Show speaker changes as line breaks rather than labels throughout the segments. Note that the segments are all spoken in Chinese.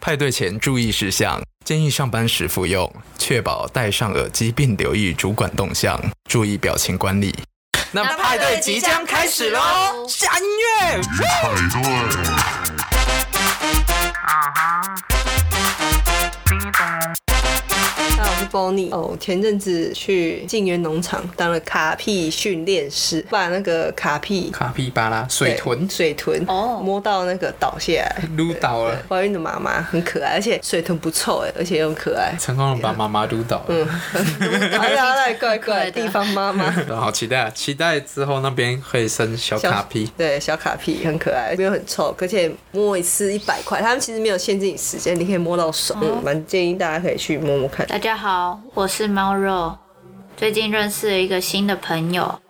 派对前注意事项：建议上班时服用，确保戴上耳机并留意主管动向，注意表情管理。那派对即将开始喽！下音乐。
那我是 Bonnie 哦，前阵子去静园农场当了卡屁训练师，把那个卡屁
卡皮巴拉水
对
豚
水豚
哦
摸到那个倒下来，
撸倒
对
了，。
怀孕的妈妈很可爱，而且水豚不臭哎，而且又很可爱
成功的把妈妈撸倒了。
嗯，好啦好啦，怪怪
怪的
地方妈妈。
好期待啊！期待之后那边可以生 小
小
卡皮，
对，小卡屁很可爱，没有很臭，而且摸一次一百块，他们其实没有限制你时间，你可以摸到
哦
手，嗯，蛮建议大家可以去摸摸看。
大家好，我是猫肉。最近认识了一个新的朋友，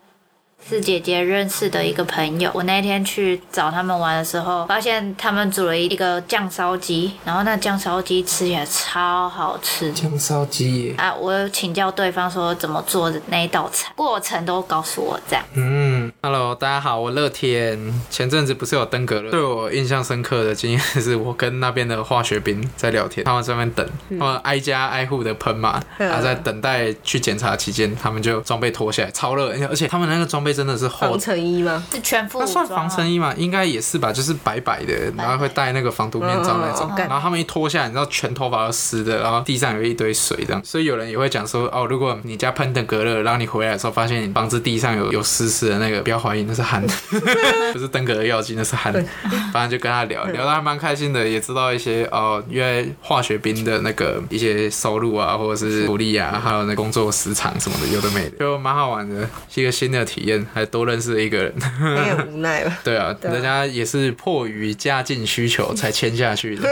是姐姐认识的一个朋友。我那天去找他们玩的时候，发现他们煮了一个酱烧鸡，然后那酱烧鸡吃起来超好吃。
酱烧鸡耶。
啊，我有请教对方说怎么做的那一道菜，过程都告诉我这样。
嗯，Hello，大家好，我乐天。前阵子不是有登革热，对我印象深刻的经验是我跟那边的化学兵在聊天，他们在那边等，他们挨家挨户的喷嘛，
嗯
然后在等待去检查期间，他们就装备脱下来，超热，而且他们那个装备真的是厚
防。尘衣 吗？
是全副
那
武装、
算
啊，
防尘衣嘛？应该也是吧，就是白白的，然后会戴那个防毒面罩那种
嗯嗯。嗯
然后他们一脱下来，你知道全头发都湿的，然后地上有一堆水这样。所以有人也会讲说，哦，如果你家喷登革热，然后你回来的时候发现你房子地上有有湿湿的那个，不要怀疑那是 汗，不是登革热药剂，那是汗。反正就跟他聊聊，到还蛮开心的，也知道一些哦，因为化学兵的那个一些收入啊，或者是福利啊，还有那工作时长什么的，有的没的，就蛮好玩的，是一个新的体验，还多认识了一个人。
有点哎无奈吧。
对啊，
对啊
人家也是迫于家境需求才签下去的。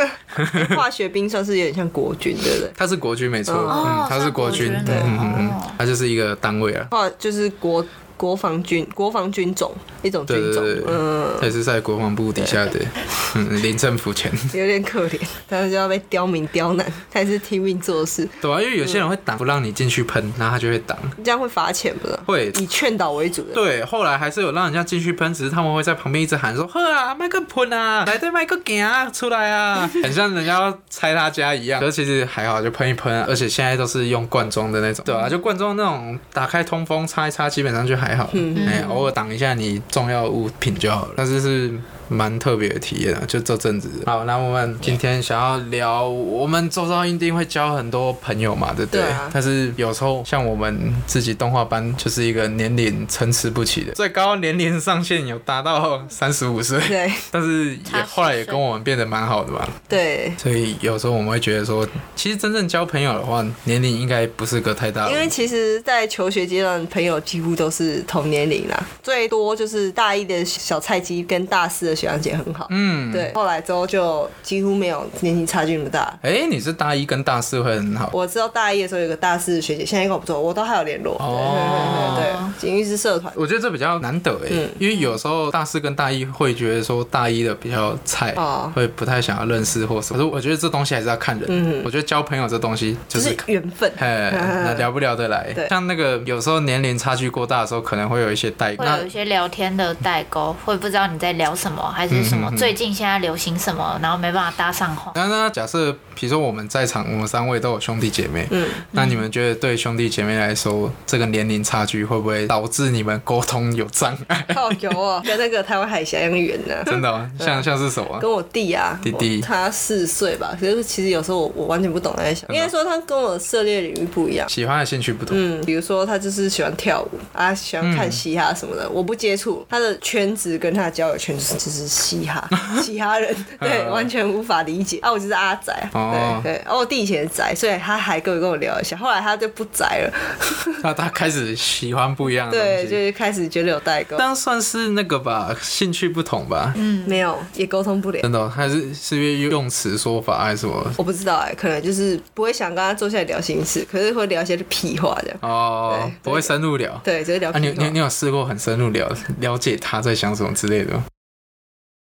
化学兵算是有点像国军，对不对？
他是国军没错，
哦
嗯，他是国军，
算
嗯
国军
嗯嗯
哦
嗯，他就是一个单位啊，
化就是国国防军，国防军种一种军
对对
种，
对，对
嗯，
他也是在国防部底下的，嗯，临政府前，
有点可怜，但是就要被刁民刁难，他也是听命做事，
对啊，因为有些人会挡，不让你进去喷，然后他就会挡，
这样会罚钱不是？
会
以劝导为主的，
对，后来还是有让人家进去喷，只是他们会在旁边一直喊说：“喝啊，麦克喷啊，来对麦克行啊，出来 啊！”很像人家要拆他家一样。可是其实还好，就喷一喷、啊，而且现在都是用罐装的那种，对啊，就罐装那种，打开通风擦一擦，基本上就还好。嗯，哎、偶尔挡一下你重要物品就好了。但是是。蛮特别的体验啊，就这阵子。好，那我们今天想要聊，我们周遭一定会交很多朋友嘛，对不对？
对啊
但是有时候像我们自己动画班，就是一个年龄参差不齐的，最高年龄上限有达到三十五岁，
对
但是
差
也
10
后来也跟我们变得蛮好的嘛。
对，
所以有时候我们会觉得说，其实真正交朋友的话，年龄应该不是个太大的
因为
问题。
其实，在求学阶段，朋友几乎都是同年龄啦，最多就是大一的小菜鸡跟大四的学长姐很好，
嗯，
对，后来之后就几乎没有年龄差距那么大，
哎、你是大一跟大四会很好，
我知道大一的时候有个大四学姐，现在跟我不错，我都还有联络。
哦
对对对对，警育是社团。
我觉得这比较难得哎、
嗯
因为有时候大四跟大一会觉得说大一的比较菜，
哦
会不太想要认识或什么。可是我觉得这东西还是要看人，
嗯
我觉得交朋友这东西就
就是是。缘分，
哎，那聊不聊得来？
对
像那个有时候年龄差距过大的时候，可能会有一些代沟。
会
啊
那
有一些聊天的代沟，会不知道你在聊什么，还是什
嗯
么、最近现在流行什么，然后没办法搭上话。
那那假设，比如说我们在场，我们三位都有兄弟姐妹，
嗯，
那你们觉得对兄弟姐妹来说，这个年龄差距会不会导致你们沟通有障 碍？
靠有哦， 跟那个台湾海峡一样远呢、
真的哦、
啊
像像是什么？
跟我弟啊，
弟弟
我他四岁吧，可是其实有时候我我完全不懂他在想，
的
应该说他跟我涉猎领域不一样。
喜欢的兴趣不同，
嗯，比如说他就是喜欢跳舞啊，喜欢看嘻哈什么
嗯
的，我不接触。他的圈子跟他的交友圈就是就是嘻 哈，嘻哈人，对，完全无法理解。啊，我就是阿宅，
嗯哦
对对。啊，我弟以前也宅，所以他还跟我跟我聊一下，后来他就不宅了，
那他开始喜欢不一样的东
对，
西。
就是开始觉得有代沟，
但算是那个吧，兴趣不同吧。
没有也沟通不了。
真的哦、还是是因为用词说法还是什么？
我不知道哎、可能就是不会想跟他坐下来聊心事，可是会聊一些屁话这样。
哦
对，
不会深入聊。
对，就是聊
啊，
屁
你
话。
你你有试过很深入了了解他在想什么之类的吗？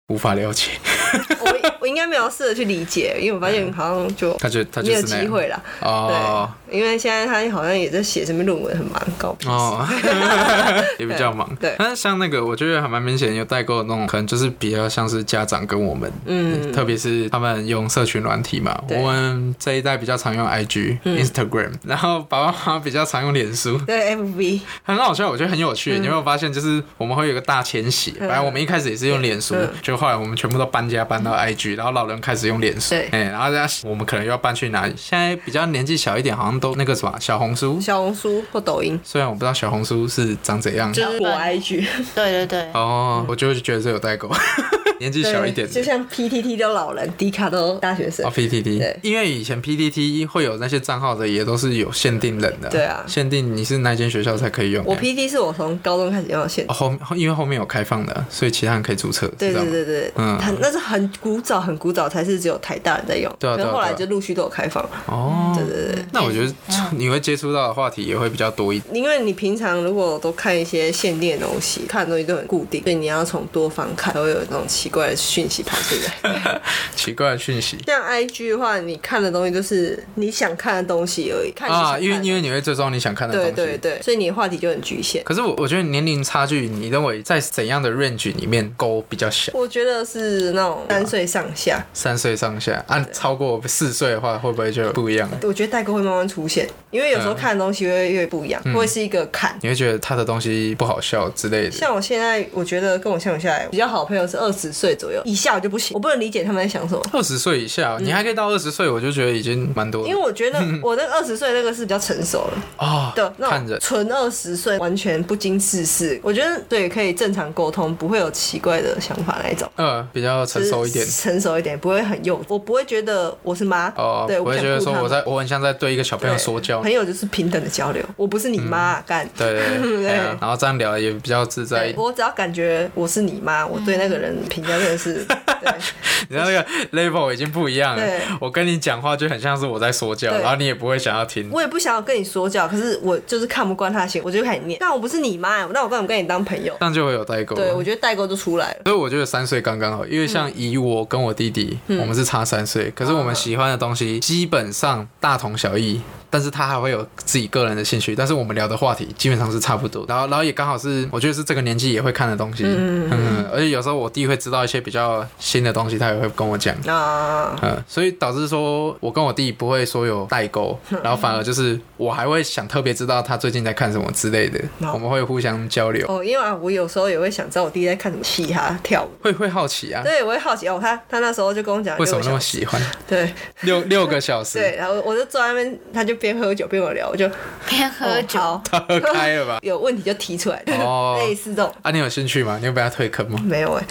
无法了解。
我我应该没有试着去理解，因为我发现好 像就
他就他
没
就
有
是那
机
样
会啦。
哦
对，因为现在他好像也在写什么论文，很忙，搞不好。
哦， 也比较忙。
对
但是像那个，我觉得还蛮明显有代购的那种，可能就是比较像是家长跟我们，嗯，特别是他们用社群软体嘛，
对嗯
我们这一代比较常用 IG、Instagram，然后爸爸妈妈比较常用脸书，
对，FB
很好笑，我觉得很有趣。
嗯
你有没有发现，就是我们会有一个大迁徙，反正我们一开始也是用脸书，
嗯
就后来我们全部都搬家搬到 IG，然后老人开始用脸书，
对
哎，然后大家我们可能又要搬去哪里？现在比较年纪小一点，好像都那个什么小红书。
小红书或抖音，
虽然我不知道小红书是长怎样，
就是我 IG，
对对对，
哦，我就会觉得这有代沟， 年纪小一点
对就
的。
像 PTT 都老人，迪卡都大学生
哦。，PTT，
对
因为以前 PTT 会有那些账号的，也都是有限定人的，
对啊
限定你是哪间学校才可以用欸。
我 PT 是我从高中开始用到现
哦
在。
后后因为后面有开放的，所以其他人可以注册，
对
知道
对
吗
对对，
嗯
很那是很古早很古早才是只有台大人在用，
对啊对啊
可是后
对
来
啊
就陆续都有开放。
哦，
对对嗯对，
那我觉得你会接触到的话题也会比较多一点。
因为你平常如果都看一些限定的东西，看的东西都很固定，所以你要从多方看，才会有那种奇怪的讯息跑出 来。
奇怪的讯息
像 IG 的话，你看的东西就是你想看的东西而已，看你想看
啊，因为因为你会追踪你想看的东
对
西。
对对，所以你的话题就很局限。
可是我我觉得年龄差距，你认为在怎样的 range 里面勾比较小？
我觉得是那种三岁上下，
三岁上下，按、超过四岁的话，会不会就不一样了？
我觉得代沟会慢慢出现，因为有时候看的东西会越不一
嗯
样，会是一个坎。
你会觉得他的东西不好笑之类的。
像我现在，我觉得跟我相处下来，比较好的朋友是二十岁左右以下，我就不行，我不能理解他们在想什么。
二十岁以下，你还可以到二十岁，我就觉得已经蛮多
嗯因为
了。
我觉 得我那二十岁那个是比较成熟了
哦，
的，那
看
种
着
纯二十岁完全不经世事，我觉得对可以正常沟通，不会有奇怪的想法那一种，
呃比较成熟一点
就是成熟一点，不会很幼稚，我不会觉得我是妈，
哦，
对，
不
不
会
想
觉得
顾
说
他
我
们
在我很像在对一个小朋友
对
说教。嗯
朋友就是平等的交流，我不是你妈啊干、
对对对
对
哎呀然后这样聊也比较自在一
对，
点。
我只要感觉我是你妈，我对那个人评价真 的是，对
你知道那个 level 已经不一样了
对。
我跟你讲话就很像是我在说教，
对
然后你也不会想要听。
我也不想要跟你说教，可是我就是看不惯他的行为，我就开始念，但我不是你妈，那我干嘛跟你当朋友
这？样就会有代沟。
对，我觉得代沟就出来了。
所以我觉得三岁刚刚好，因为像以我跟我弟弟，
嗯
我们是差三岁，可是我们喜欢的东西基本上大同小异，但是他还会有自己个人的兴趣，但是我们聊的话题基本上是差不多，然后然后也刚好是我觉得是这个年纪也会看的东西，嗯而且有时候我弟会知道一些比较新的东西，他也会跟我讲。
啊，
嗯，所以导致说我跟我弟不会说有代 沟，然后反而就是我还会想特别知道他最近在看什么之类的，
哦
我们会互相交流，
哦，因为啊，我有时候也会想知道我弟在看什么嘻哈跳舞，
会会好奇啊，
对，我会好奇哦，他他那时候就跟我讲，
为什么那么
就
喜欢？
跟 我讲对
六六个小时，
对，然后我就坐在那边，他就边喝酒边跟我聊，我就
边喝酒、
哦好
他喝 开了吧？
有问题就提出来，
哦
类似这种
啊，你有兴趣吗？你有被他推坑吗？
没有哎、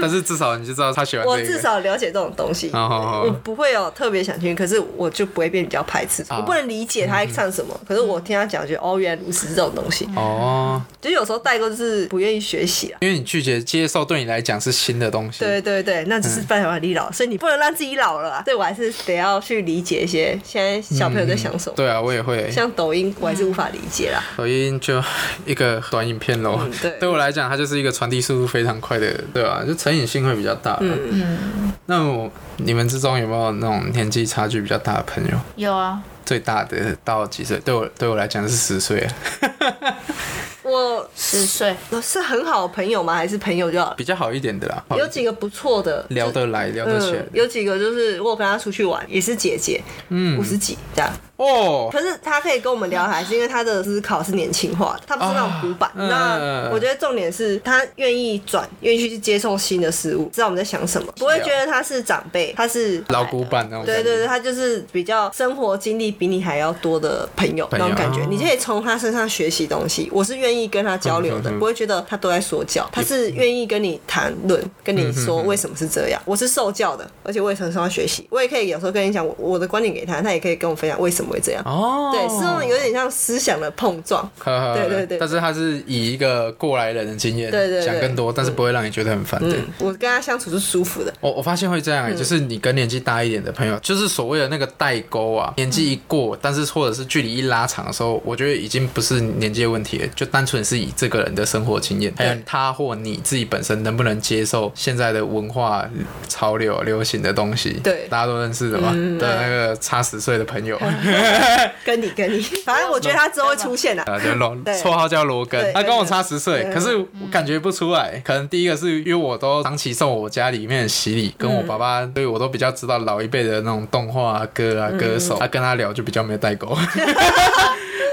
但是至少你就知道他喜欢
我
这
至
个。哦
少了解这种东西，
好好好
我不会有特别想去，可是我就不会变比较排斥，
啊
我不能理解他在唱什么，可是我听他讲，觉得哦，原来如此这种东西，
哦，
就有时候代沟就是不愿意学习啊。
因为你拒绝接受，对你来讲是新的东西。
对对对，那
嗯
只是办法你老，所以你不能让自己老了啊。对我还是得要去理解一些现在小朋友在想什么。
对啊，我也会。
像抖音，我还是无法理解啦。
抖音就一个短影片咯。
嗯对
对我来讲，它就是一个传递速度非常快的，对吧、就成瘾性会比较大。嗯那我你们之中有没有那种年纪差距比较大的朋友？
有啊，
最大的到几岁？对我对我来讲是十岁啊，嗯
我呃
十 岁，
是很好的朋友吗？还是朋友就好了？
比较好一点的啦。
有几个不错的，
聊得来，聊得起来
嗯，。有几个就是我有跟她出去玩，也是姐姐，嗯，五十几这样。
哦，
可是她可以跟我们聊，还是因为她的思考是年轻化的，她不是那种古板。
啊嗯
那我觉得重点是她愿意转，愿意去接受新的事物，知道我们在想什么，不
啊
会觉得她是长辈，她是
老古板那种。
对对对，。他就是比较生活经历比你还要多的朋友
朋
那
友
种感觉
哦，
你可以从他身上学习东西。我是愿意跟他交流的
嗯嗯嗯，
不会觉得他都在说教，他是愿意跟你谈论，跟你说为什么是这
嗯
样。我是受教的，而且我也很受他学习。我也可以有时候跟你讲我我的观点给他，他也可以跟我分享为什么为这样。
哦，
对，是那种有点像思想的碰撞。
呵呵，
对对对
但是他是以一个过来人的经验
对对对
讲更多，但是不会让你觉得很烦。对
嗯，我跟他相处是舒服的。
我我发现会这样、欸，就是你跟年纪大一点的朋友，就是所谓的那个代沟啊，年纪一过，但是或者是距离一拉长的时候，我觉得已经不是年纪的问题了，就单纯是以这个人的生活经验，还有他或你自己本身能不能接受现在的文化潮流流行的东西。
对
大家都认识的嘛，的那个差十岁的朋友，
跟你跟你，反正我觉得他之后会出现的、
啊，就罗，
对
绰号叫罗根
对，嗯
他跟我差十岁，
对
可是我感觉不出来。可能第一个是因为我都长期受我家里面的洗礼，跟我爸爸，
嗯
所以我都比较知道老一辈的那种动画啊、歌啊、歌手，他跟他聊就比较没有代沟。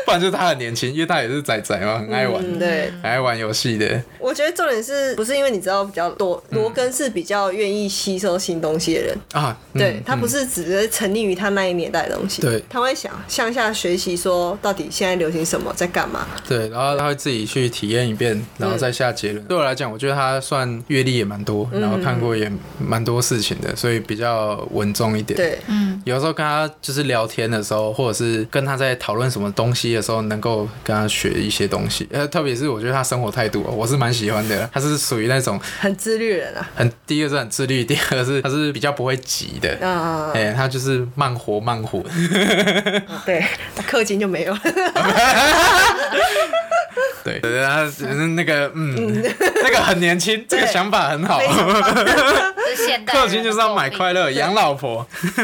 不然就是他很年轻，因为他也是仔仔嘛，很爱玩，
嗯，对，
很爱玩游戏的。
我觉得重点是不是因为你知道比较多，
嗯
罗根是比较愿意吸收新东西的人，
啊，嗯
对他
嗯
不是只是沉溺于他那一年代的东西，
对
他会想向下学习，说到底现在流行什么，在干嘛，
对，然后他会自己去体验一遍，然后再下结论。对我来讲，我觉得他算阅历也蛮多，
嗯
然后看过也蛮多事情的，所以比较稳重一点。
对，
嗯，
有时候跟他就是聊天的时候，或者是跟他在讨论什么东西的时候，能够跟他学一些东西。呃，特别是我觉得他生活态度哦，我是蛮喜欢的。他是属于那种
很自律的人啊，
很，第一个是很自律，第二个是 他是比较不会急的。
啊、
哎、他就是慢活慢 活，
对， 氪金就没有了，
对，对他嗯那个 嗯，那个很年轻，这个想法很好
非。 常棒
这是现代人
氪
的
金就是要买快乐，
诟病
养老婆。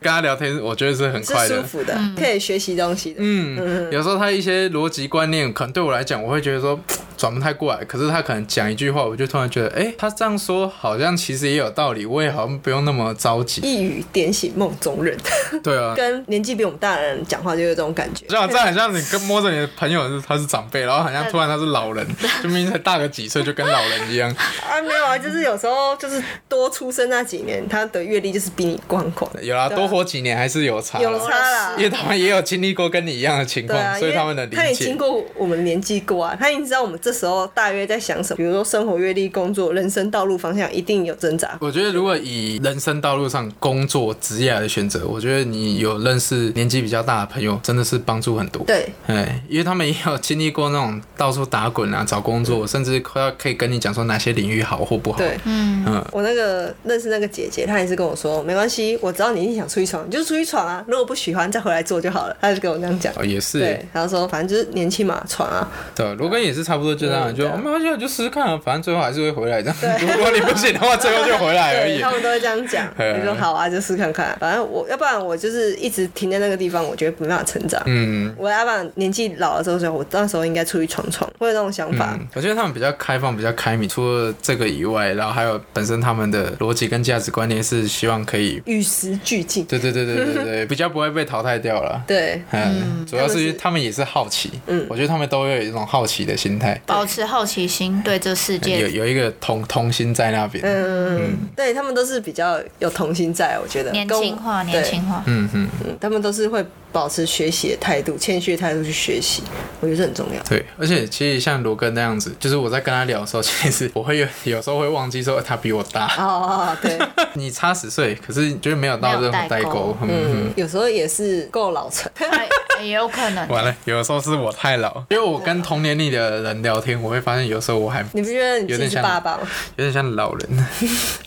跟他聊天，我觉得是很
是
快乐
舒。服的，可以学习东西的，
嗯，有时候他一些逻辑观念，可能对我来讲，我会觉得说嗯转不太过来。可是他可能讲一句话，我就突然觉得，哎、他这样说好像其实也有道理，我也好像不用那么着急。
一语点醒梦中人，
对啊，
跟年纪比我们大的人讲话就有这 种感觉，
就好像这样很像你跟摸着你的朋友是他是长辈，然后好像突然他是老人，就明明才大个几岁，就跟老人一 样。
啊，没有啊，就是有时候就是多出生那几年，他的阅历就是比你宽广，
有啦，
对啊
多活几年还是有差啦，
有差啦
因。为他们也有经历过跟你一样的情
对
况，
啊，
所以
因为
他们能理
他也
解
经。过我们年纪过啊，他已经知道我们这时候大约在想什么，比如说生活阅历、工作、人生道路方向一定有挣扎。
我觉得，如果以人生道路上工作、职业的选择，我觉得你有认识年纪比较大的朋友，真的是帮助很多。
对，
哎，因为他们也有经历过那种到处打滚啊，找工作，甚至快要可以跟你讲说哪些领域好或不好。
对
嗯
嗯
哦我那个认识那个姐姐，她也是跟我说，没关系，我知道你一定想出去闯，你就出去闯啊，如果不喜欢再回来做就好了。她就跟我这样讲。
哦，也是，
对，然后说反正就是年轻嘛，闯啊，
对，罗根也是差不多就这样，
嗯
就
对啊
哦没关系，我就试试看啊，反正最后还是会回来这样。 如果你不行的话，最后就回来而
对
已
他。们都会这样讲。
嗯
我说好啊，就试看看，反正我要不然我就是一直停在那个地方，我觉得没办法成长。
嗯
我要不然年纪老了之后，我那时候应该出去闯闯，会有那种想法。
嗯，我觉得他们比较开放，比较开明。除了这个以外，然后还有本身他们的逻辑跟价值观念是希望可以，
与时俱进。
对对对对对 对，比较不会被淘汰掉了。
对，
嗯，主要
他们
是
是
他们也是好奇，
嗯
我觉得他们都会有一种好奇的心态。
保持好奇心对这世
哎有
界。
有一个童童心在那边。嗯
嗯，对他们都是比较有童心在，我觉得
年
跟我
轻化，
对
年轻化，
嗯
嗯他们都是会保持学习的态度、谦虚的态度去学习，我觉得这很重要。
对。而且其实像罗根那样子，就是我在跟他聊的时候，其实我会有有时候会忘记说呃他比我大，
哦，对，
你差十岁，可是觉得没有到任何
没有
代
代沟
沟。嗯。
嗯，有时候也是够老 成，
哎也有可能。
完了，有时候是我太老，因为我跟同年龄的人聊天，我会发现有时候我还
你不觉得你
有
自
点
己是
像
爸爸吗？
有点像老 人，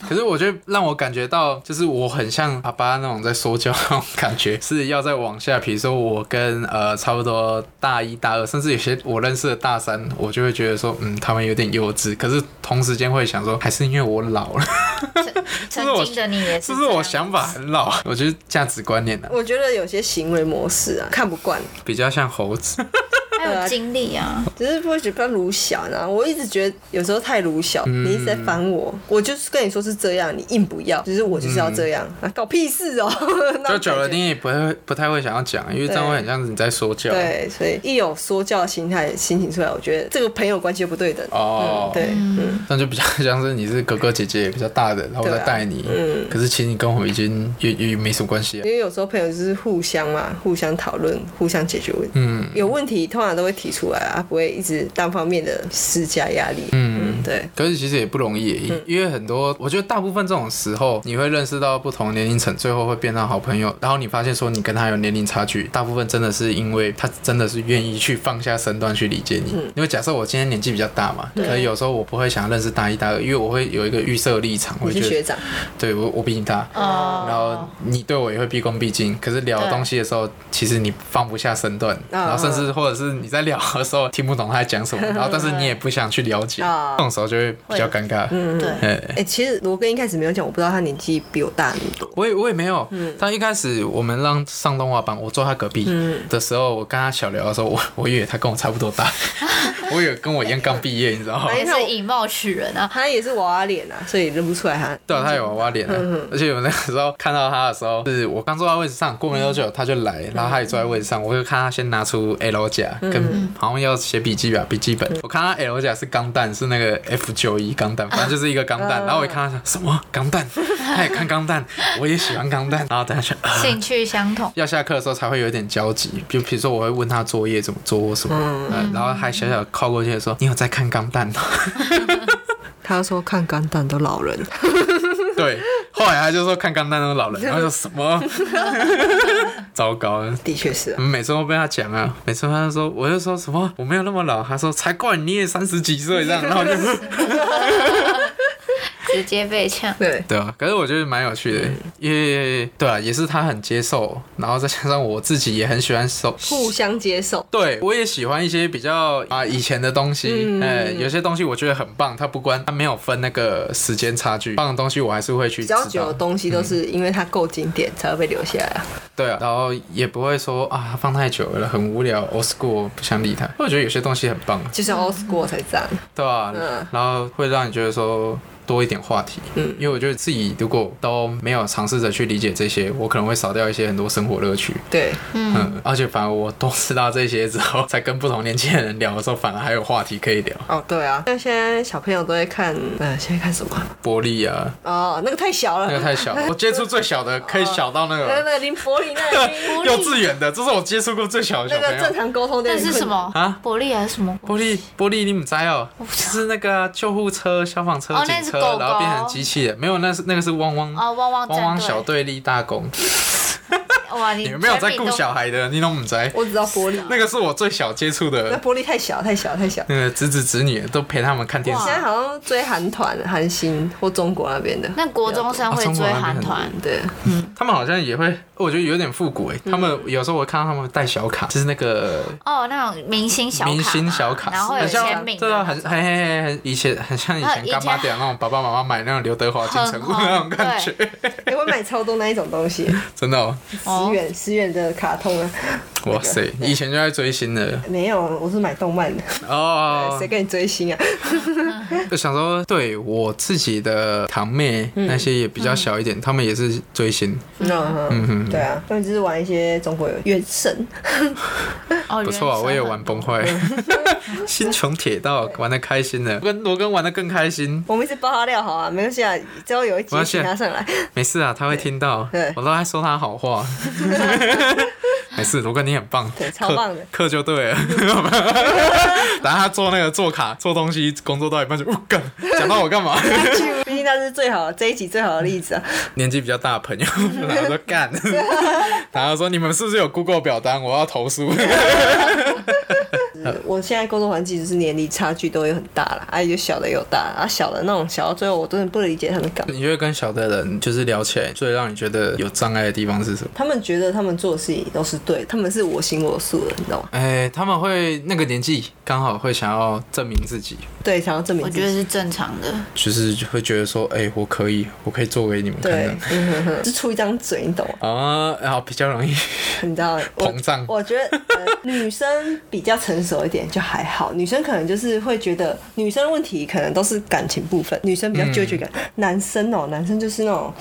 可是我觉得让我感觉到，就是我很像爸爸那种在说教那种感觉， 是要再往下。比如说我跟呃差不多大一大二，甚至有些我认识的大三，我就会觉得说，嗯，他们有点幼稚。可是同时间会想说，还是因为我老 了，
曾
是我
经的你也
是
是
不
这
是
样
我想法很老？我觉得价值观念呢、啊、
我觉得有些行为模式啊，看不惯，
比较像猴子，
还有经历啊，
只是会觉得鲁小呢。我一直觉得有时候太鲁小，
嗯
你一直在烦我，我就是跟你说是这样，你硬不要，只是我就是要这样，啊，搞屁事哦。 那
嗯就
种
久了
感觉
你也不会不太会想要讲，因为这样会很像是你在说教。
对，所以一有说教心态心情出来，我觉得这个朋友关系就不对等。
哦
嗯，对，嗯，
那就比较 像是你是哥哥姐姐比较大的，然后我在
对啊
带你，
嗯
可是其实你跟我已经也也没什么关系啊
因。为有时候朋友就是互相嘛，互相讨论，互相解决问题。
嗯
有问题通常都会提出来啊，不会一直单方面的施加压力。
嗯，
对，
可是其实也不容易，因为
嗯
很多，我觉得大部分这种时候，你会认识到不同年龄层，最后会变成好朋友。然后你发现说你跟他有年龄差距，大部分真的是因为他真的是愿意去放下身段去理解你。
嗯
因为假设我今天年纪比较大嘛，可是有时候我不会想要认识大一、大二，因为我会有一个预设立场，我
你
会
是
觉
学
得
长，
对我我比你大，
哦，
然后你对我也会毕恭毕敬，可是聊
对
东西的时候，其实你放不下身段，
嗯
然后甚至或者是你在聊的时候听不懂他在讲 什么，然后但是你也不想去了解，
啊
这种时候就会比较尴尬。
对，
哎，
哎、其实罗根一开始没有讲，我不知道他年纪比我大很多。
我也我也没有，
嗯
他一开始我们让上动画班，我坐他隔壁
嗯
的时候，我跟他小聊的时候，我我以为他跟我差不多大， 我以为跟我一样刚毕业，你知道吗？
哎
也
那我
是以貌取人啊。
他也是娃娃脸啊，所以认不出来他。
对啊，他有娃娃脸啊，而且我那个时候看到他的时候，是我刚坐到位置上，过没多久他就来，然后他也坐在位置上，我就看他先拿出 L 夹跟好像要写笔记吧，笔记本。我看他 L 夹是钢弹，是那个 F 九一钢弹，反正就是一个钢弹。然后我一看他什么钢弹，他也看钢弹， 我也喜欢钢弹。然后等下去，呃
兴趣相 同，
要下课的时候才会有点交集，就比如说我会问他作业怎么做什么，嗯、然后还小小地靠过去说：“你有在看钢弹吗？”
他说看钢弹都老人，
对，后来他就说看钢弹那个老人，然后就什么， 糟糕，
的确是、啊。
嗯每次都被他讲啊，每次他就说，我就说什么我没有那么老，他说才怪你也三十几岁 这样，然后我就
直接被呛。
对，
对啊，可是我觉得蛮有趣的，
嗯
因为对啊，也是他很接受，然后再加上我自己也很喜欢手。
互相接受。
对，我也喜欢一些比较啊以前的东西，
嗯
哎、有些东西我觉得很棒，它不关它没有分那个时间差距，棒的东西我还是会去
比
知道。嗯
较久的东西都是因为它够经典才会被留下来啊。
对啊，然后也不会说啊放太久了很无聊，old school 不想理他。我觉得有些东西很棒，啊
就像 old school 才这样。
对啊，
嗯
然后会让你觉得说多一点话题。嗯，因为我觉得自己如果都没有尝试着去理解这些，我可能会少掉一些很多生活乐趣。
对，
嗯，而且反而我都知道这些之后，在跟不同年纪的人聊的时候，反而还有话题可以聊。
哦，对啊，那现在小朋友都会看，呃，现在看什么啊？
玻璃啊，
哦，那个太小了，
那个太小了，我接触最小的可以小到那
那
个
那林柏林 那已经
幼稚园的，这是我接触过最小的小
那
朋
个正
友。
常沟通
那
那
是什？么
啊
伯利还是什么？
玻璃玻璃，你们知道？就是那个啊救护车、消防车、
哦那
警
是
车，
狗狗
然后变成机器人。没有，那是那个是汪汪
哦，汪汪
汪汪小
战队。
队立大功，
哇，你
你们没有在
全
顾
民都
小孩的，你懂唔知？
我只知道玻璃，
那个是我最小接触
那
的，
玻璃太小，太小，太小。
那个侄子侄女都陪他们看电视
现。在好像追韩团、韩星或中国那边的，
那国中生会
啊中国
追
那边
韩
很
团，
对，
他们好像也会，我觉得有点复古哎。
嗯
他们有时候我看到他们带小卡，就是那个
哦，那种明星小卡嘛，
明星小卡，
然后有
很像
签名的
对啊，
那
很
种，
嘿嘿嘿，很以前很像以
啊
前
以前哦
干妈点那种爸爸妈妈买那种刘德华金城武
很红
那种感觉，
哎我买超多那一种东 西，
真的哦，
十元十元的卡通啊，
哇塞，以前就在追星的
没有，我是买动漫的，
哦
谁。跟你追星啊？
就想说，对我自己的堂妹那些也比较小一点，他们也是追星，
嗯嗯，对啊，他们就是玩一些中国有原神，嗯
哦，
不错啊，
原来是
我也玩崩坏， 星穹铁道玩的开心了，我跟罗根玩的更开心。
我们一直爆他料好啊，没关系啊，之后有
没
一集
关系
请
啊
他上来，
没事啊，他会听到
对，
我都在说他好 话。没事，罗根你很棒，
对超
克
棒的
克就 对了。然后他做那个做卡做东西，工作到一半就，哦干，讲到我干嘛？
毕竟他是最好的这一集最好的例子啊。
年纪比较大的朋友，然后说干， 然后说你们是不是有 Google 表单？我要投诉。
我现在工作环境就是年龄差距都有很大了，啊，有小的有大啊，小的那种小到最后我真的不理解他们干 嘛。
你觉得跟小的人就是聊起来，最让你觉得有障碍的地方是什么？
他们觉得他们做的事情都是对，他们是我行我素的，你知道吗？
哎、他们会那个年纪刚好会想要证明自己，
对，想要证明
我
自
觉得
己。
是正常的。
就是会觉得说，哎、我可以，我可以做给你们看
对
的，
嗯 哼哼，是出一张嘴，你懂吗？
啊，然后比较容易
你知道我
膨胀
我觉得、呃女生比较成熟一点就还好，女生可能就是会觉得女生问题可能都是感情部分，女生比较纠结感。
嗯
男生哦、男生就是那种，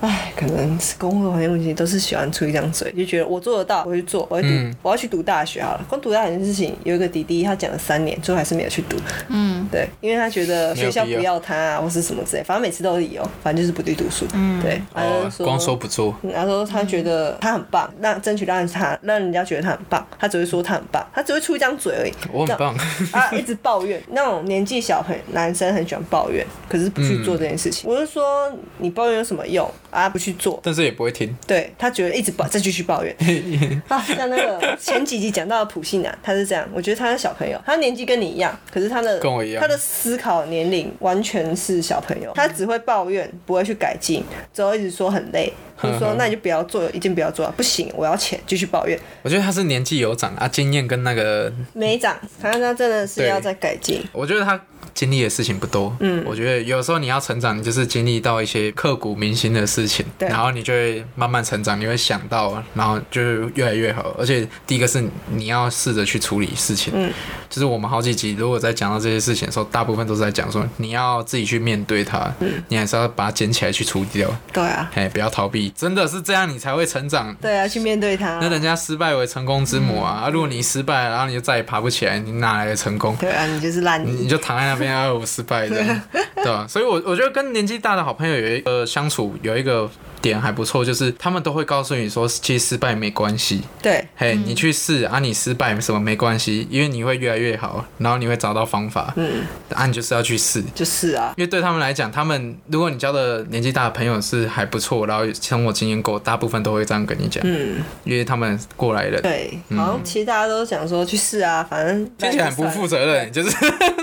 唉，可能是工作方面问题都是喜欢出一张嘴，就觉得我做得到，我去做，我去读，
嗯
我要去读大学好了。光读大学这件事情，有一个弟弟他讲了三年，最后还是没有去读。
嗯，
对，因为他觉得
没有
学校
必
不
要
要他啊，或是什么之类，反正每次都有理由，反正就是不对读书。嗯，对，反正
哦哦，光说不做，
嗯然后他觉得他很棒，让争取让他让人家觉得他很棒，棒，他只会说他很棒，他只会出一张嘴而已。
我很棒，
啊，一直抱怨。那种年纪小很男生很喜欢抱怨，可是不去做这件事情。我就说你抱怨有什么用啊？不去做。
但是也不会听。
对他觉得一直抱，再继续抱怨 啊，像那个前几集讲到的普信男，他是这样，我觉得他是小朋友，他年纪跟你一样，可是他的
跟我一样
他的思考年龄完全是小朋友，他只会抱怨，不会去改进，之后一直说很累，就说那你就不要做，一定不要做，不行，我要钱，继续抱怨，
我觉得他是年纪有长啊，经验跟那个，
没长，他他真的是
对
要再改进，
我觉得他经历的事情不多。嗯，我觉得有时候你要成长，你就是经历到一些刻骨铭心的事情，
对
然后你就会慢慢成长，你会想到，然后就越来越好。而且第一个是你要试着去处理事情。嗯，就是我们好几集如果在讲到这些事情的时候，大部分都是在讲说你要自己去面对它，
嗯
你还是要把它捡起来去处理掉，
对啊，
哎，不要逃避，真的是这样你才会成长。
对啊，去嗯面对他
那，人家失败为成功之母啊！啊，如果你失败了，然后你就再也爬不起来，你哪来的成功？
对啊，你就是烂
你
泥，
就躺在那边，啊，我失败这 样，对吧、所以我，我觉得跟年纪大的好朋友有一个相处有一个点还不错，就是他们都会告诉你说，其实失败没关系，
对
嘿，你去试啊，你失败什么没关系，因为你会越来越好，然后你会找到方法，嗯，啊，你就是要去试。
就是啊，
因为对他们来讲，他们如果你交的年纪大的朋友是还不错，然后生活经验够，大部分都会这样跟你讲，嗯，因为他们过来人，
对，好像其实大家都讲说去试啊，反正
嗯听起来很不负责任，就是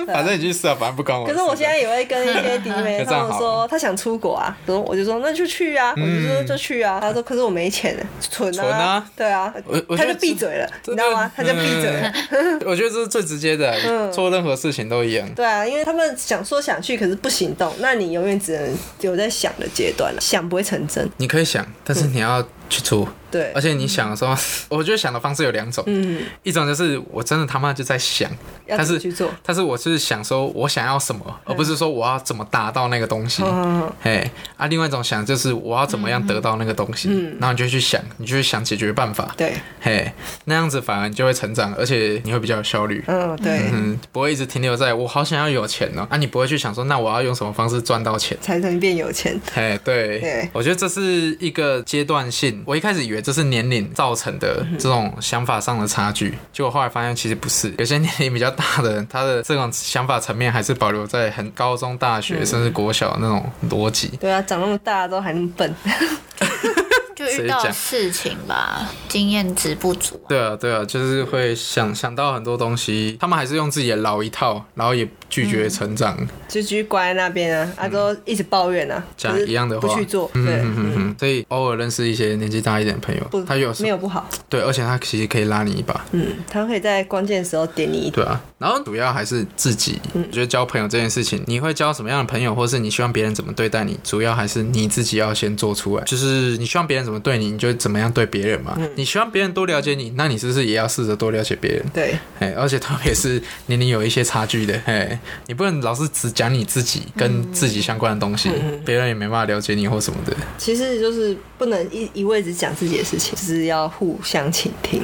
反正你去试啊，反正不关我的
可
事。
是我现在也会跟一些弟 妹
就这
他
样
们
好嗯
说，他想出国啊，然后我就说那就去啊，我就说就去啊。他说可是我没钱，存
存
啊
啊，
对啊
我，我
他
觉
就
得
闭嘴了，
真
你知
的
道吗？他就闭嘴嗯了
嗯。 我觉得这是最直接的，做任何事情都一样。
对啊，因为他们想说想去，可是不行动，那你永远只能有在想的阶段了，啊想不会成真。
你可以想，但是你要去做。
对
而，且你想的时候，
嗯
我觉得想的方式有两种，嗯，一种就是我真的他妈就在想，
要
但
怎
是
么去做？
但是我就是想说我想要什么，而不是说我要怎么达到那个东西。
嗯，
嘿，啊，另外一种想就是我要怎么样得到那个东西，然后你就去想，你就去想解决办法，
嗯对，
嘿，那样子反而你就会成长，而且你会比较有效率。
嗯，对，
嗯，不会一直停留在我好想要有钱哦、啊，你不会去想说那我要用什么方式赚到钱，
才能变有钱。
哎，对，
对
我觉得这是一个阶段性。我一开始以为这是年龄造成的这种想法上的差距，结果后来发现其实不是。有些年龄比较大的人，他的这种想法层面还是保留在很高中、大学、
嗯
甚至国小那种逻辑。
对啊，长那么大都还那么笨，
就
谁
遇到
讲
事情吧，经验值不足啊、
对啊，对啊，就是会想想到很多东西，他们还是用自己的老一套，然后也拒绝成长，
就继续关在那边啊，啊都一直抱怨啊，
讲
可是
嗯一样的话
不去做，
嗯
对，
嗯嗯嗯，所以偶尔认识一些年纪大一点的朋
不
友，他有时
嗯没有不好，
对，而且他其实可以拉你一把，
嗯，他可以在关键时候点你一
对啊，然后主要还是自己。我觉得交朋友这件事情，你会交什么样的朋友，或是你希望别人怎么对待你，主要还是你自己要先做出来。就是你希望别人怎么对你，你就怎么样对别人嘛。你希望别人多了解你，那你是不是也要试着多了解别人？
对，
哎，而且特别是年龄有一些差距的，哎，你不能老是只讲你自己跟自己相关的东西，别人也没办法了解你或什么的。
其实就是不能一一味只讲自己的事情，就是要互相倾听。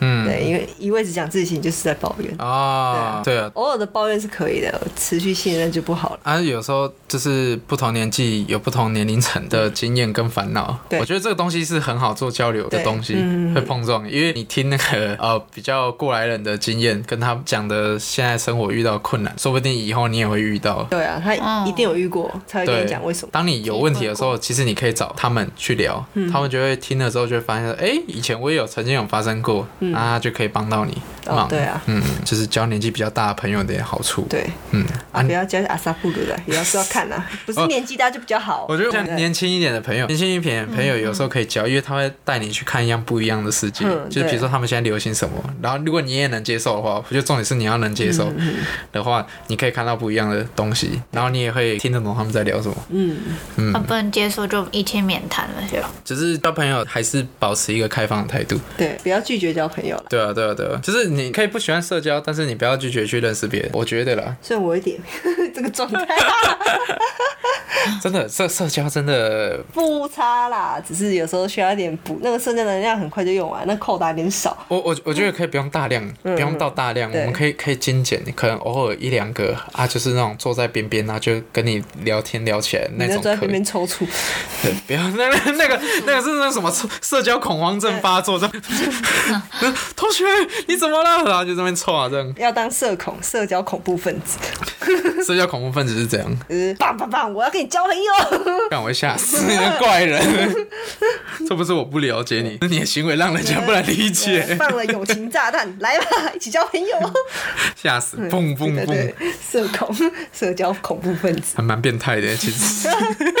嗯
对，因为一味只讲自己的事情就是在抱怨，
啊，对啊，
偶尔的抱怨是可以的，持续性那就不好了。
啊，有时候就是不同年纪有不同年龄层的经验跟烦恼，
对
我觉得这个东西是很好做交流的
对嗯
东西，会碰撞，因为你听那个呃比较过来人的经验，跟他讲的现在生活遇到的困难，说不定以后你也会遇到。
对啊，他
嗯
一定有遇过，才会跟你讲为什么。嗯
当你有问题的时候，其实你可以找他们去聊，他们就会听了之后就会发现，哎、以前我也有曾经有发生过，啊，就可以帮到你
嗯哦
忙。
对啊
嗯，就是交年纪比较大的朋友的好处。，
对，
嗯，
啊，不要教阿萨布鲁的，也要是要 看啊，不是年纪大就比较好。
我嗯觉得
对
像
不对
年轻一点的朋友，年轻一点的朋友有时候可以交，因为他会带你去看一样不一样的世界，
嗯
就是比如说他们现在流行什么，然后如果你也能接受的话，我觉得重点是你要能接受的话，你可以看到不一样的东西，然后你也会听得懂他们在聊什么。嗯
啊不能接受就一切免谈了，就
只是交朋友还是保持一个开放的态度。
对，不要拒绝交朋友了。
对啊，对啊，对啊，就是你可以不喜欢社交，但是你 不要拒绝去认识别人，我觉得啦。
虽然我有一点这个状态，
真的社社交真的
不差啦，只是有时候需要一点补，那个社交能量很快就用完，那扣打有点少。
我我我觉得可以不用大量，不用到大量，我
嗯对
们可以可以精简，可能偶尔一两个啊，就是那种坐在边边啊，就跟你聊天聊起来那
你就
种
坐在
可
边
以
边。抽搐，
对不要那那那个那个是那什么社社交恐慌症发作症， 同学你怎么了？然后就这边凑啊，这样
要当社恐、社交恐怖分子，
社交恐怖分子是这样，
就是棒棒棒，我要跟你交朋友。
让我会吓死你的怪人。 这不是我不了解你，是你的行为让人家不能理解，
放了友情炸弹，来吧，一起交朋友。
吓死！蹦蹦
对
蹦
对，对，社恐、社交恐怖分子。
还蛮变态的其实。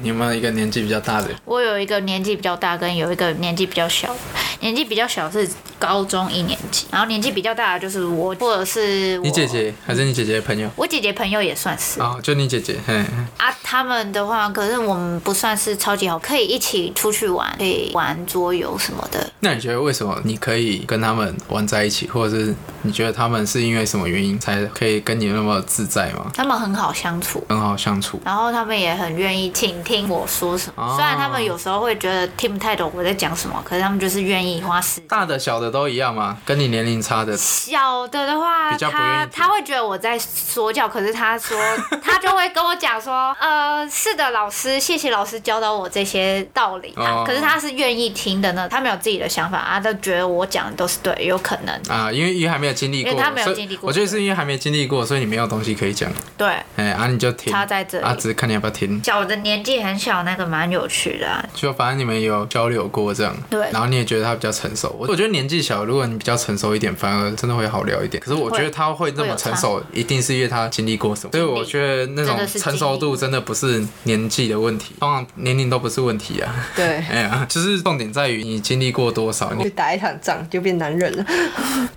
你有没有一个年纪比较大的？
我有一个年纪比较大，跟有一个年纪比较小。年纪比较小是高中一年级，然后年纪比较大的就是我，或者是我
你姐。姐还是你姐姐的朋友？
我姐姐朋友也算是
哦，就你姐姐，嘿，
啊，他们的话，可是我们不算是超级好，可以一起出去玩，可以玩桌游什么的。
那你觉得为什么你可以跟他们玩在一起，或者是你觉得他们是因为什么原因才可以跟你那么自在吗？
他们很好相处，
很好相处，
然后他们也很愿意倾听我说什么。
哦
虽然他们有时候会觉得听不太懂我在讲什么，可是他们就是愿意花时间。
大的小的都一样吗？跟你年龄差的，
小的的话，
比较不愿
他
意听
他会觉得我在说教，可是他说 他就会跟我讲说，呃，是的，老师，谢谢老师教导我这些道理、啊
哦。
可是他是愿意听的呢，他们有自己的想法啊，都觉得我讲的都是对，有可能
啊，因为因为还没有经历过，
因为他没有
所以
经历过
我觉得是因为还没经历过，所以你没有东西可以讲，
对。
哎，啊，你就听，
他在这里
啊，只是看你要不要听，
小的年纪很小，那个蛮有趣的、啊，
就反正你们有交流过这样，
对
然后你也觉得他比较成熟，我我觉得年纪小，如果你比较成熟一点，反而真的会好聊一点。可是我觉得他会那么成熟，一定是因为他经历过什么，所以我觉得那种
真的是经历
成熟度真的不是年纪的问题，通常年龄都不是问题啊。
对，
哎呀，就是重点在于你经历过多少，
去
你
打一场仗就变男人了。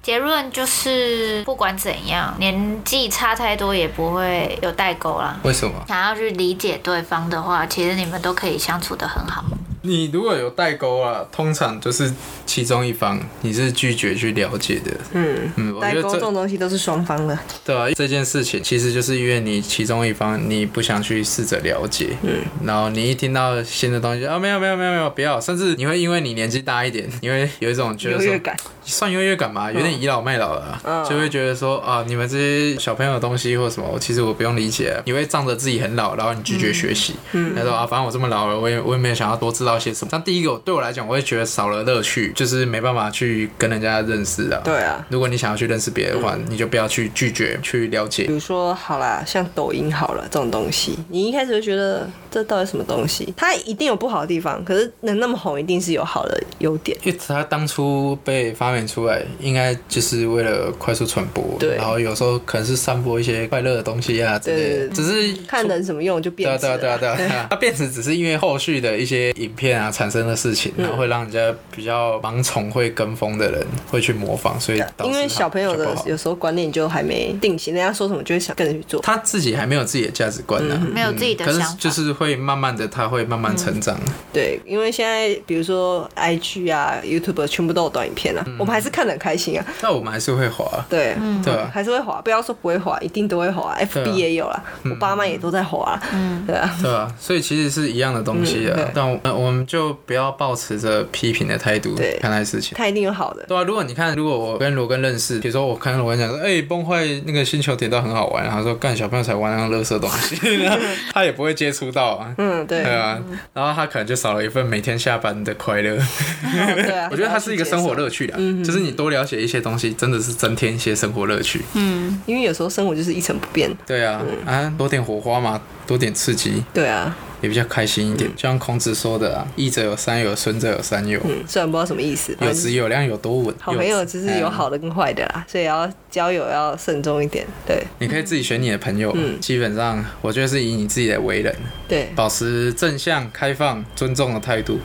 结论就是，不管怎样，年纪差太多也不会有代沟啦。
为什么？
想要去理解对方的话，其实你们都可以相处的很好。
你如果有代沟啊，通常就是其中一方你是拒绝去了解的。
嗯，
嗯，我
代
觉得
沟这
这
种东西都是双方的，
对啊，这件事情其实就是因为你其中一方你不想去试着了解，嗯，然后你一听到新的东西啊，没有没有没有没有，不要，甚至你会因为你年纪大一点，你会有一种觉
优
得说
越感。
算优越感吧，有点倚老卖老了啊、
嗯
就会觉得说啊，你们这些小朋友的东西或什么，我其实我不用理解啊，你会仗着自己很老，然后你拒绝学习，嗯，他说啊，反正我这么老了，我也我也没有想要多知道些什么。但第一个对我来讲，我会觉得少了乐趣，就是没办法去跟人家认识啊，
对啊，
如果你想要去认识别人的话，你就不要去拒绝去了解
比。如说，好啦，像抖音好了这种东西，你一开始会觉得这到底什么东西？它一定有不好的地方，可是能那么红，一定是有好的优点。
因为它当初被发明出来，应该就是为了快速传播，
对
然后有时候可能是散播一些快乐的东西啊之类
对对
的，
对
只是
看人什么用就
对
变
啊
质
对
了
啊对啊对啊，对 啊它变质只是因为后续的一些影片啊产生的事情，然后会让人家比较盲从、会跟风的人会去模仿，所以导致
因为
它
小朋友
就不
的
好
有时候观念就还没定型，人家说什么就会想跟着去做。
他自己还没有自己的价值观呢、啊
嗯没有自己的
可
想
是
法
就是会慢慢的，他会慢慢成长。
对，因为现在比如说 IG 啊、YouTube 全部都有短影片啊，
嗯
我们还是看得很开心啊。
那、我们还是会滑，
对，
对啊
还是会滑，不要说不会滑，一定都会滑。
对啊
FB 也有啦，我爸妈也都在滑。嗯，对啊，
对啊，所以其实是一样的东西啊，
嗯对
但我呃我们就不要抱持着批评的态度
对
看待事情。
他一定有好的。
对啊，如果你看，如果我跟罗根认识，比如说我跟罗根讲说，哎、崩坏那个星球铁道很好玩，他说干小朋友才玩那种垃圾东西， 然后他也不会接触到啊。
嗯，对
对，啊，然后他可能就少了一份每天下班的快 乐。
对啊。
我觉得它是一个生活乐趣啦，啊
嗯
就是你多了解一些东西，真的是增添一些生活乐趣。
嗯因为有时候生活就是一成不变。
对啊，
嗯
啊，多点火花嘛，多点刺激，
对啊，
也比较开心一点。就像孔子说的啊，益者有三友，损者有三友。
嗯，虽然不知道什么意思，
有
反
质
正
有量有多稳，
好朋友
质
就是有。
哎呀
好的跟坏的啦，所以要交友要慎重一点。对
你可以自己选你的朋友，啊
嗯
基本上我觉得是以你自己的为人，
对，
保持正向、开放、尊重的态度。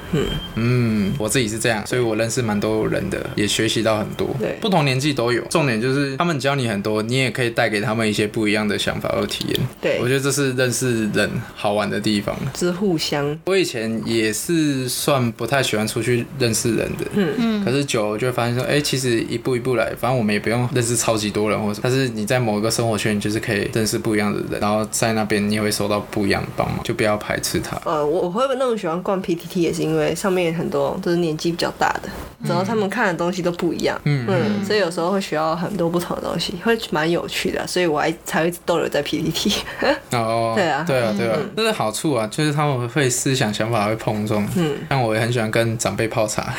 嗯我自己是这样，所以我认识蛮多人的，也学习到很多。
对
不同年纪都有。重点就是他们教你很多，你也可以带给他们一些不一样的想法和体验。
对
我觉得这是认识人好玩的地方。的。
就是互相
我以前也是算不太喜欢出去认识人的，嗯嗯，可是久了就会发现说，哎、其实一步一步来，反正我们也不用认识超级多人或者，但是你在某一个生活圈，你就是可以认识不一样的人，然后在那边你也会收到不一样的帮忙，就不要排斥它。
呃，我我会那么喜欢逛 PTT，也是因为上面很多都是年纪比较大的，然后他们看的东西都不一样，嗯所以有时候会学到很多不同的东西，会蛮有趣的，所以我还才会一直逗留在 PTT。
哦，
对啊
对啊，对啊，这是好处啊，就是他们会思想想法会碰撞，嗯，像我也很喜欢跟长辈泡 茶，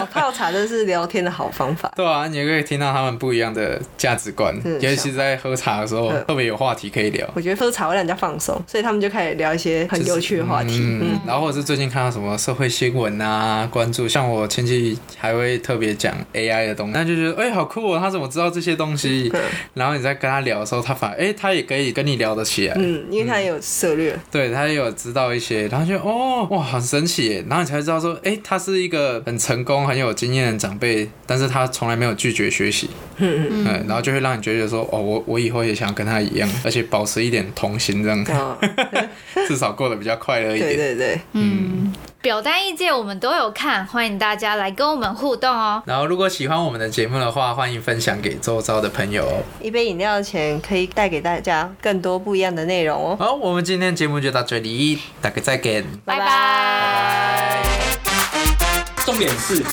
我泡茶真是聊天的好方法。
对啊，你也可以听到他们不一样的价值观，
嗯
尤其是在喝茶的时候
嗯，
特别有话题可以聊。
我觉得喝茶会让人家放松，所以他们就开始聊一些很有趣的话题。嗯
嗯，然后或者是最近看到什么社会新闻啊，关注，像我亲戚还会特别讲 AI 的东西，那就觉得哎、好酷哦，他怎么知道这些东
嗯
西？ 然后你在跟他聊的时候，他反而哎、他也可以跟你聊得起来，
嗯，因为他也有策 略，
对他也有知道一些，然后就哦哇很神奇耶，然后你才知道说，哎、他是一个很成功、很有经验的长辈，但是他从来没有拒绝学习，嗯嗯然后就会让你觉得说，哦我我以后也想跟他一样，而且保持一点童心，这样
啊、
至少过得比较快乐一点。
对对对，
表单意见我们都有看，欢迎大家来跟我们互动哦。
然后，如果喜欢我们的节目的话，欢迎分享给周遭的朋友哦。
一杯饮料的钱可以带给大家更多不一样的内容哦。
好，我们今天节目就到这里，大家再见。
拜
拜
拜。
重点是。